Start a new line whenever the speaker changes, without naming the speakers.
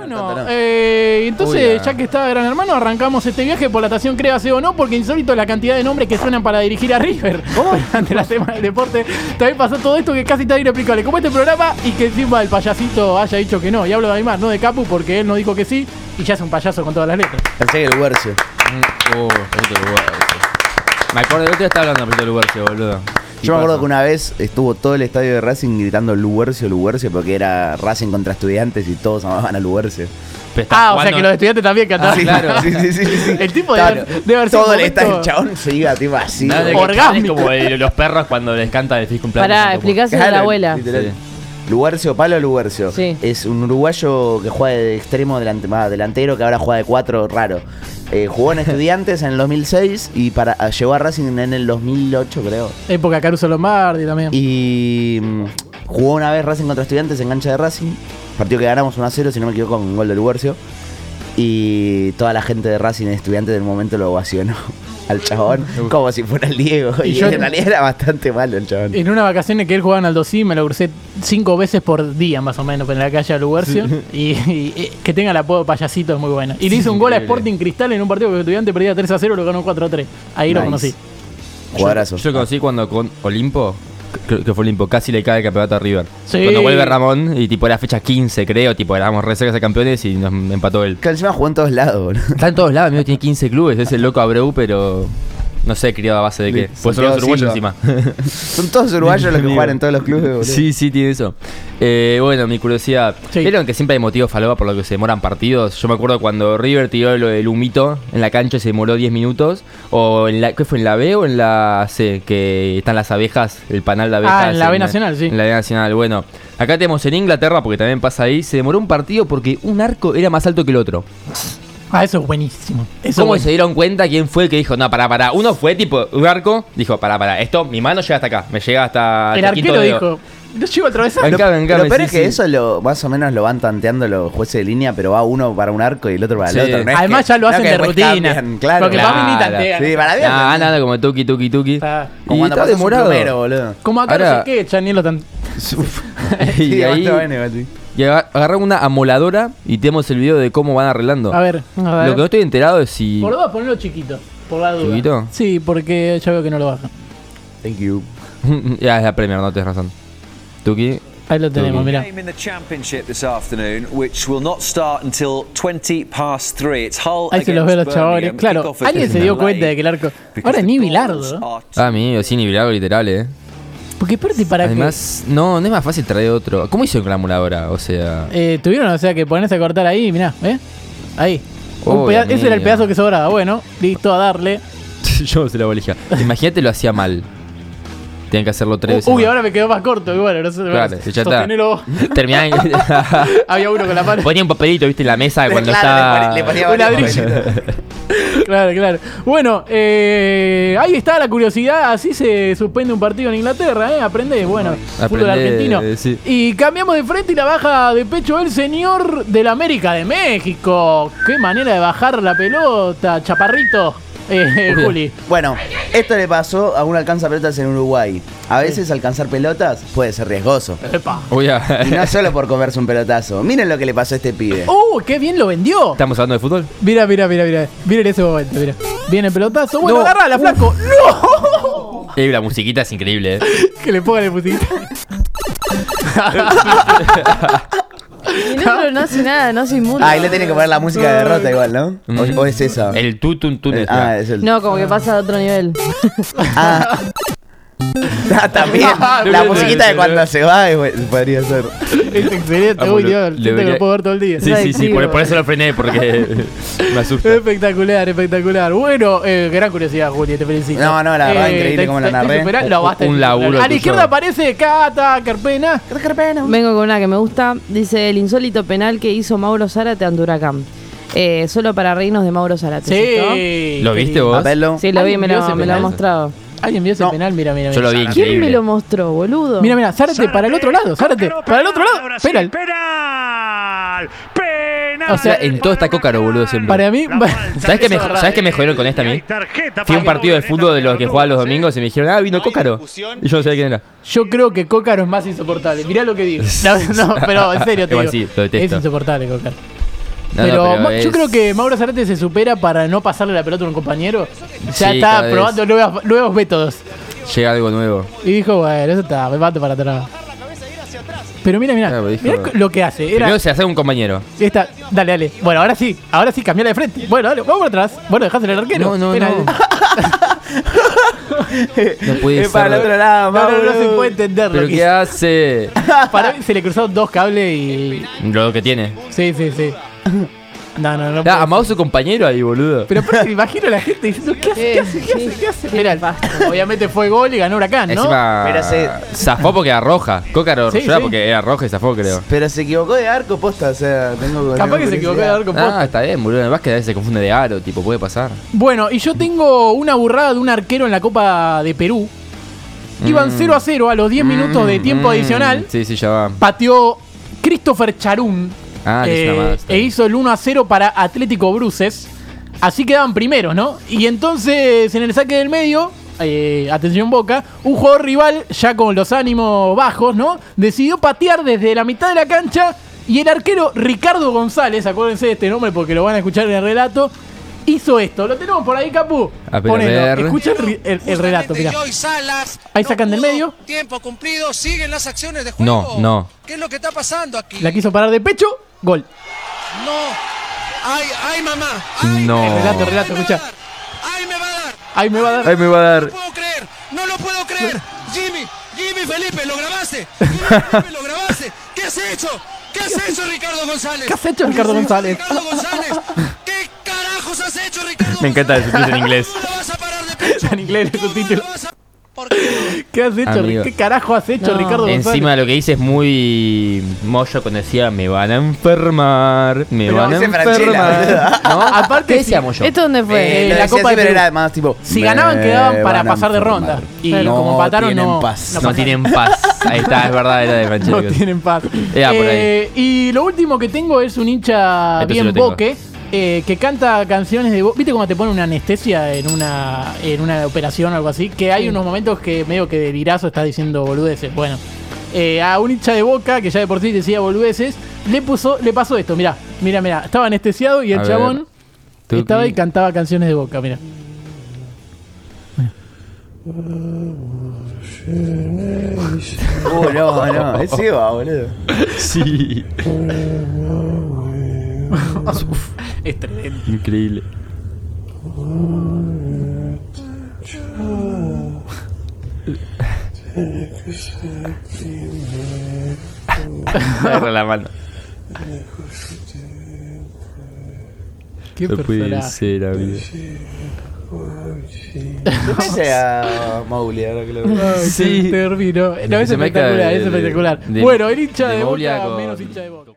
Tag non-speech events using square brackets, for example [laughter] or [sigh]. Bueno, eh, entonces, ya que está Gran Hermano, arrancamos este viaje por la estación Créase o no, porque insólito la cantidad de nombres que suenan para dirigir a River. [laughs] Durante la semana del deporte, también pasó todo esto que casi está inexplicable. Como este programa y que encima el payasito haya dicho que no. Y hablo de Aymar, no de Capu, porque él no dijo que sí y ya es un payaso con todas las letras.
Pensé que el Wercio.
Uh, Pepito Lugarcio. Me acuerdo el otro día estaba hablando de Pepito Lugarcio, boludo.
Yo me acuerdo que una vez estuvo todo el estadio de Racing gritando Lubercio, Lubercio, porque era Racing contra estudiantes y todos amaban a Lubercio.
Ah, o sea que los estudiantes también cantaban.
Ah,
[laughs]
Sí,
claro.
sí, sí, sí, sí, sí.
Ah, El tipo debe- debe haber sido
Todo
un
el estadio, el
momento-
chabón se iba tipo así.
Nada de que-
Orgásmico.
Es como el- los perros cuando les canta el feliz cumpleaños.
Pará,
Como-
explicáselo a
Claro,
la abuela.
literal.
Sí.
Lugarcio, palo Lugarcio.
Sí.
Es un uruguayo que juega de extremo delante, va, delantero, que ahora juega de cuatro, raro. Eh, jugó en Estudiantes en el 2006 y para, a- llegó a Racing en el 2008, creo.
Época Caruso Lombardi también.
Y mm, jugó una vez Racing contra Estudiantes en cancha de Racing. Partido que ganamos 1 a 0, si no me equivoco, con un gol de Lugarcio. Y toda la gente de Racing, estudiantes del momento, lo ovacionó [laughs] al chabón como si fuera el Diego.
Y
Y,
yo-
en realidad era bastante malo el
Eh,
chabón.
En una vacación en que él jugaba en Aldosí, me lo crucé cinco veces por día, más o menos, en la calle a Lugarcio. Y, y- y que tenga el apodo payasito es muy bueno. Y le hizo un gol a
increíble.
Sporting Cristal en un partido que el estudiante perdía 3 a 0, lo ganó 4 a 3. Ahí lo
Nice.
conocí.
Jugadorazo.
Yo lo conocí cuando con Olimpo, creo que fue Olimpo, casi le cae el campeonato a River.
Sí.
Cuando vuelve Ramón, y tipo era fecha 15, creo, tipo éramos re cerca de ser campeones y nos empató él.
Que encima jugó en todos lados, boludo.
Está en todos lados, amigo, tiene 15 clubes, es el loco Abreu, pero no sé, criado a base de qué. Pues son los
Santiago
uruguayos
Silva.
encima.
Son todos uruguayos los que juegan en todos los clubes, boludo.
Sí, sí, tiene eso. Eh, bueno, mi curiosidad.
Sí.
¿Vieron que siempre hay motivos faloba por lo que se demoran partidos? Yo me acuerdo cuando River tiró lo del humito en la cancha y se demoró 10 minutos. O en la, ¿Qué fue? ¿En la B o en la C? Que están las abejas, el panal de abejas.
Ah, en la B Nacional, sí.
En la B Nacional, bueno. Acá tenemos en Inglaterra, porque también pasa ahí, se demoró un partido porque un arco era más alto que el otro.
Ah, eso es buenísimo. Eso
¿Cómo
es
se dieron cuenta quién fue el que dijo, no, pará, pará? Uno fue tipo, un arco, dijo, pará, pará, esto, mi mano llega hasta acá, me llega hasta...
El
hasta quinto
arquero
dedo".
dijo: No llego a atravesar.
Bancame,
Lo-
bancame,
lo peor
sí,
es que
sí.
eso lo, más o menos lo van tanteando los jueces de línea, pero va uno para un arco y el otro para
Sí.
el otro. No es
Además
que-
ya lo
no
hacen
que
de
después
rutina.
cambian, claro.
Porque
claro.
para mí ni tantean.
Sí, para mí.
Ah, anda como tuki, tuki, tuki.
Está-
Como cuando pasas un plumero, boludo.
Como acá
Ahora-
no sé qué, ya ni lo tan.
[laughs]
y
Sí,
ahí
basta, bueno, igual, sí.
y aga- agarran una amoladora y tenemos el video de cómo van arreglando.
A ver, a ver.
Lo que no estoy enterado es si. [laughs]
Por dos, ponelo chiquito. Por la duda.
¿Chiquito?
Sí, porque ya veo que no lo baja.
Thank you.
ya Ah, es la Premier, no tenés razón. Tuki.
Ahí lo tenemos, mirá.
game in the championship this afternoon, which will not start until 20 past 3. It's Hull
Ahí se los ve a los
against
chavales.
Birmingham.
Claro,
Kick-off is
alguien se
in
dio
LA,
cuenta de que el arco.
because
Ahora
the
ni
goals
Bilardo. ¿no?
are
Ah, mi sí, ni milagro literal, eh.
Porque aparte para
Además, no, no es más fácil traer otro. ¿Cómo hizo con la amoladora? O sea. [laughs]
que. eh, tuvieron, o sea, que ponerse a cortar ahí, mirá, ¿eh? Ahí. Un
Oh,
peda-
Dios
ese era el
mío.
pedazo que sobraba. Bueno, listo a darle.
Yo se la bolija. Imagínate lo hacía mal. Tienen que hacerlo tres veces.
Uy,
más.
ahora me quedó más corto. Y bueno, no sé.
Claro, ya está.
sostenelo
[laughs]
vos. [laughs]
Terminaban.
Había uno con la mano.
[laughs] Ponía un papelito, viste, en la
Ah,
mesa cuando
Claro, le
está.
ponía-
Un
le ponía
ladrillo.
varios [laughs] papelitos.
[laughs] Claro, claro. Bueno, eh, ahí está la curiosidad. Así se suspende un partido en Inglaterla, ¿eh? Aprendés, bueno, fútbol
Aprendés,
argentino.
sí.
Y cambiamos de frente y la baja de pecho el señor del América de México. Qué manera de bajar la pelota, chaparrito. Eh,
Uy.
Juli.
Bueno, esto le pasó a un alcanza pelotas en Uruguay. A veces alcanzar pelotas puede ser riesgoso.
Epa.
Uy, ah.
Y no solo por comerse un pelotazo. Miren lo que le pasó a este pibe.
¡Uh, qué bien lo vendió!
[laughs] ¿Estamos hablando de fútbol?
Mira, mira, mira, mira. Miren ese momento, mira. Viene el pelotazo. Bueno,
No.
Uh.
agarrala, flaco. ¡No! [laughs]
Eh, la musiquita es increíble, eh.
Que le pongan el musiquita.
Y el otro no hace nada, no hace inmundo.
Ah, y le tiene que poner la música de derrota igual, ¿no? O, o es esa.
El tutun tun.
Ah. Eh, ah, es el.
No, como que pasa a otro nivel.
Ah. Ah, [laughs] también. La musiquita de cuando se va eh, podría ser.
Es excelente,
Ah,
Vamos,
uy,
lo-
Dios,
le
siento que
vería-
lo puedo ver todo el día.
Ah, Sí, sí, sí, por,
adictivo.
por eso lo
[laughs]
frené, porque me
Eh,
asusta.
Espectacular, espectacular. Bueno, eh, gran curiosidad, Juli, te felicito. Eh,
No, no, la verdad, increíble
te-
cómo la
te- te
narré.
superás, no,
Un-
basta de
un
superar.
laburo
A la
tuyo.
izquierda aparece Cata, Carpena.
Vengo con una que me gusta. Dice el insólito penal que hizo Mauro Zárate ante Huracán. Eh, solo para reinos de Mauro Zárate. ¿cierto?
Sí.
¿Lo viste vos?
Papelo.
Sí, lo vi,
Ay,
me
Dios,
lo, me lo
penal.
ha mostrado.
¿Alguien vio ese
No.
penal? Mira, mira,
Yo
mira.
lo vi
¿Quién me
increíble.
lo mostró, boludo?
Mira, mira, Zárate para el otro lado, Zárate, para el otro lado.
Brasil,
Penal.
Penal. Penal.
O sea,
en todo está Cócaro, boludo, siempre.
Para mí, [laughs]
¿Sabes qué me, ¿sabes qué me jodieron con esta a mí? Fui a un partido de fútbol de los que jugaba los domingos y me dijeron, ah, vino Cócaro. Y yo no sabía quién era.
yo creo que
[laughs]
Cócaro es más insoportable. Mirá lo que digo. No, no, pero en serio, te
Igual
digo.
sí, lo detesto.
es insoportable, Cócaro.
No, no,
pero ma- yo
es-
creo que Mauro Zarate se supera para no pasarle la pelota a un compañero. Ya
Sí, cada
está
vez.
probando nuevas- nuevos métodos.
Llega algo nuevo.
Y dijo, bueno, eso está, me mato para atrás. Pero mira, mira,
Claro, Ah, dijo-
lo que hace. Era,
Primero se hace un compañero.
Esta, dale, dale. Bueno, ahora sí, ahora sí, cambiala de frente. Bueno, dale, vamos para atrás. Bueno, dejásela al arquero.
No,
[laughs]
no,
Penal.
no. No puede
Es para el
ser.
otro lado,
No, no,
Mauro.
no se puede entender lo
¿Pero
que
qué
hizo.
hace?
Para mí se le cruzaron dos cables y.
Lo que tiene.
Sí, sí,
[laughs]
sí. No, no, no.
Ah,
puede
amado su compañero ahí, boludo.
ser. Pero aparte, me imagino a la gente diciendo, ¿qué hace? ¿Qué hace? ¿Qué hace? ¿Qué hace? Mirá, obviamente fue gol y ganó Huracán, ¿no?
Encima.
Pero se-
Zafó porque era roja. Cócaro
Sí, sí.
porque era roja y zafó, creo.
Pero se equivocó de arco posta, o sea, tengo
Capaz
tengo
que se equivocó de
curiosidad.
haber con
Ah, está bien, boludo. En el básquet a veces se confunde de aro, tipo, puede pasar.
Bueno, y yo tengo una burrada de un arquero en la Copa de Perú. Iban 0 a 0 a los 10 minutos de tiempo
Mm,
adicional.
Sí, sí, ya va.
Pateó Christopher Charún.
Ah,
eh,
es una más, está
e
bien.
hizo el 1 a 0 para Atlético Bruces. Así quedaban primeros, ¿no? Y entonces en el saque del medio, eh, atención Boca, un jugador rival, ya con los ánimos bajos, ¿no? Decidió patear desde la mitad de la cancha y el arquero Ricardo González, acuérdense de este nombre porque lo van a escuchar en el relato, hizo esto. Lo tenemos por ahí, Capu.
A ver,
Ponelo.
a ver.
Escucha el, ri- el- el relato,
Justamente
mirá.
Joy Salas
Ahí sacan del
pudo,
medio.
Tiempo cumplido, siguen las acciones de
No,
juego.
no.
¿Qué es lo que está pasando aquí?
La quiso parar de pecho, gol.
No. Ay, ay, mamá. Ay,
No.
me va a dar,
Relato, relato,
ay, me
escuchá.
va a dar, Ay, me va a dar.
Ahí me va a dar.
Ahí me va a
No
dar.
lo puedo creer. No lo puedo creer. Jimmy, Jimmy Felipe, lo grabaste.
[laughs]
Jimmy Felipe, lo grabaste. ¿Qué has hecho? ¿Qué has hecho, Ricardo González?
¿Qué has hecho, Ricardo González?
Ricardo González. ¿Qué carajos has hecho, Ricardo
Me encanta el
González?
subtítulo en inglés.
¿Cómo lo vas a parar de pecho?
[laughs] En inglés, el
¿Cómo lo
subtítulo.
vas a- ¿Por qué?
¿Qué has hecho?
Amigo.
¿Qué carajo has hecho,
No.
Ricardo González?
Encima lo que dice es muy mollo cuando decía me van a enfermar, me
Pero
van a
dice Franchella,
enfermar. ¿No?
[laughs] Aparte,
¿Qué
sí.
decía Moyo?
¿Esto dónde fue?
Eh,
Lo
la
decía
Copa
así,
de
pero
Perú.
era más tipo.
Si ganaban,
"Me
quedaban para
van a
pasar de
enfermar".
ronda. Y como empataron,
tienen
no-
paz.
no
No tienen paz. Ahí está, es verdad, era de
[laughs] No
Franchella.
tienen paz.
[laughs] Ya, por
Eh, y lo último que tengo es un hincha
Esto sí
bien
lo tengo.
boque eh, que canta canciones de. bo- ¿Viste cómo te pone una anestesia en una, en una operación o algo así? Que hay unos momentos que medio que delirazo estás diciendo boludeces. Bueno, eh, a un hincha de boca que ya de por sí decía boludeces, le, puso, le pasó esto. Mirá, mirá, mirá. Estaba anestesiado y el
A ver.
chabón
Tuki.
estaba y cantaba canciones de boca. Mirá.
Uh, [laughs] no, no, es Eva, boludo.
Sí,
[laughs] Es tremendo. [laughs]
increíble. Agarra la mano.
Qué
No puede
personaje.
ser, amigo.
¿Qué
[laughs]
parece a Mauli ahora que lo veo?
Ay,
Sí.
Termino. No, es
Se mezcla
espectacular,
de-
es
de-
espectacular.
de-
bueno, el hincha
de
de,
Boglia
Boca,
con-
menos hincha de Boca.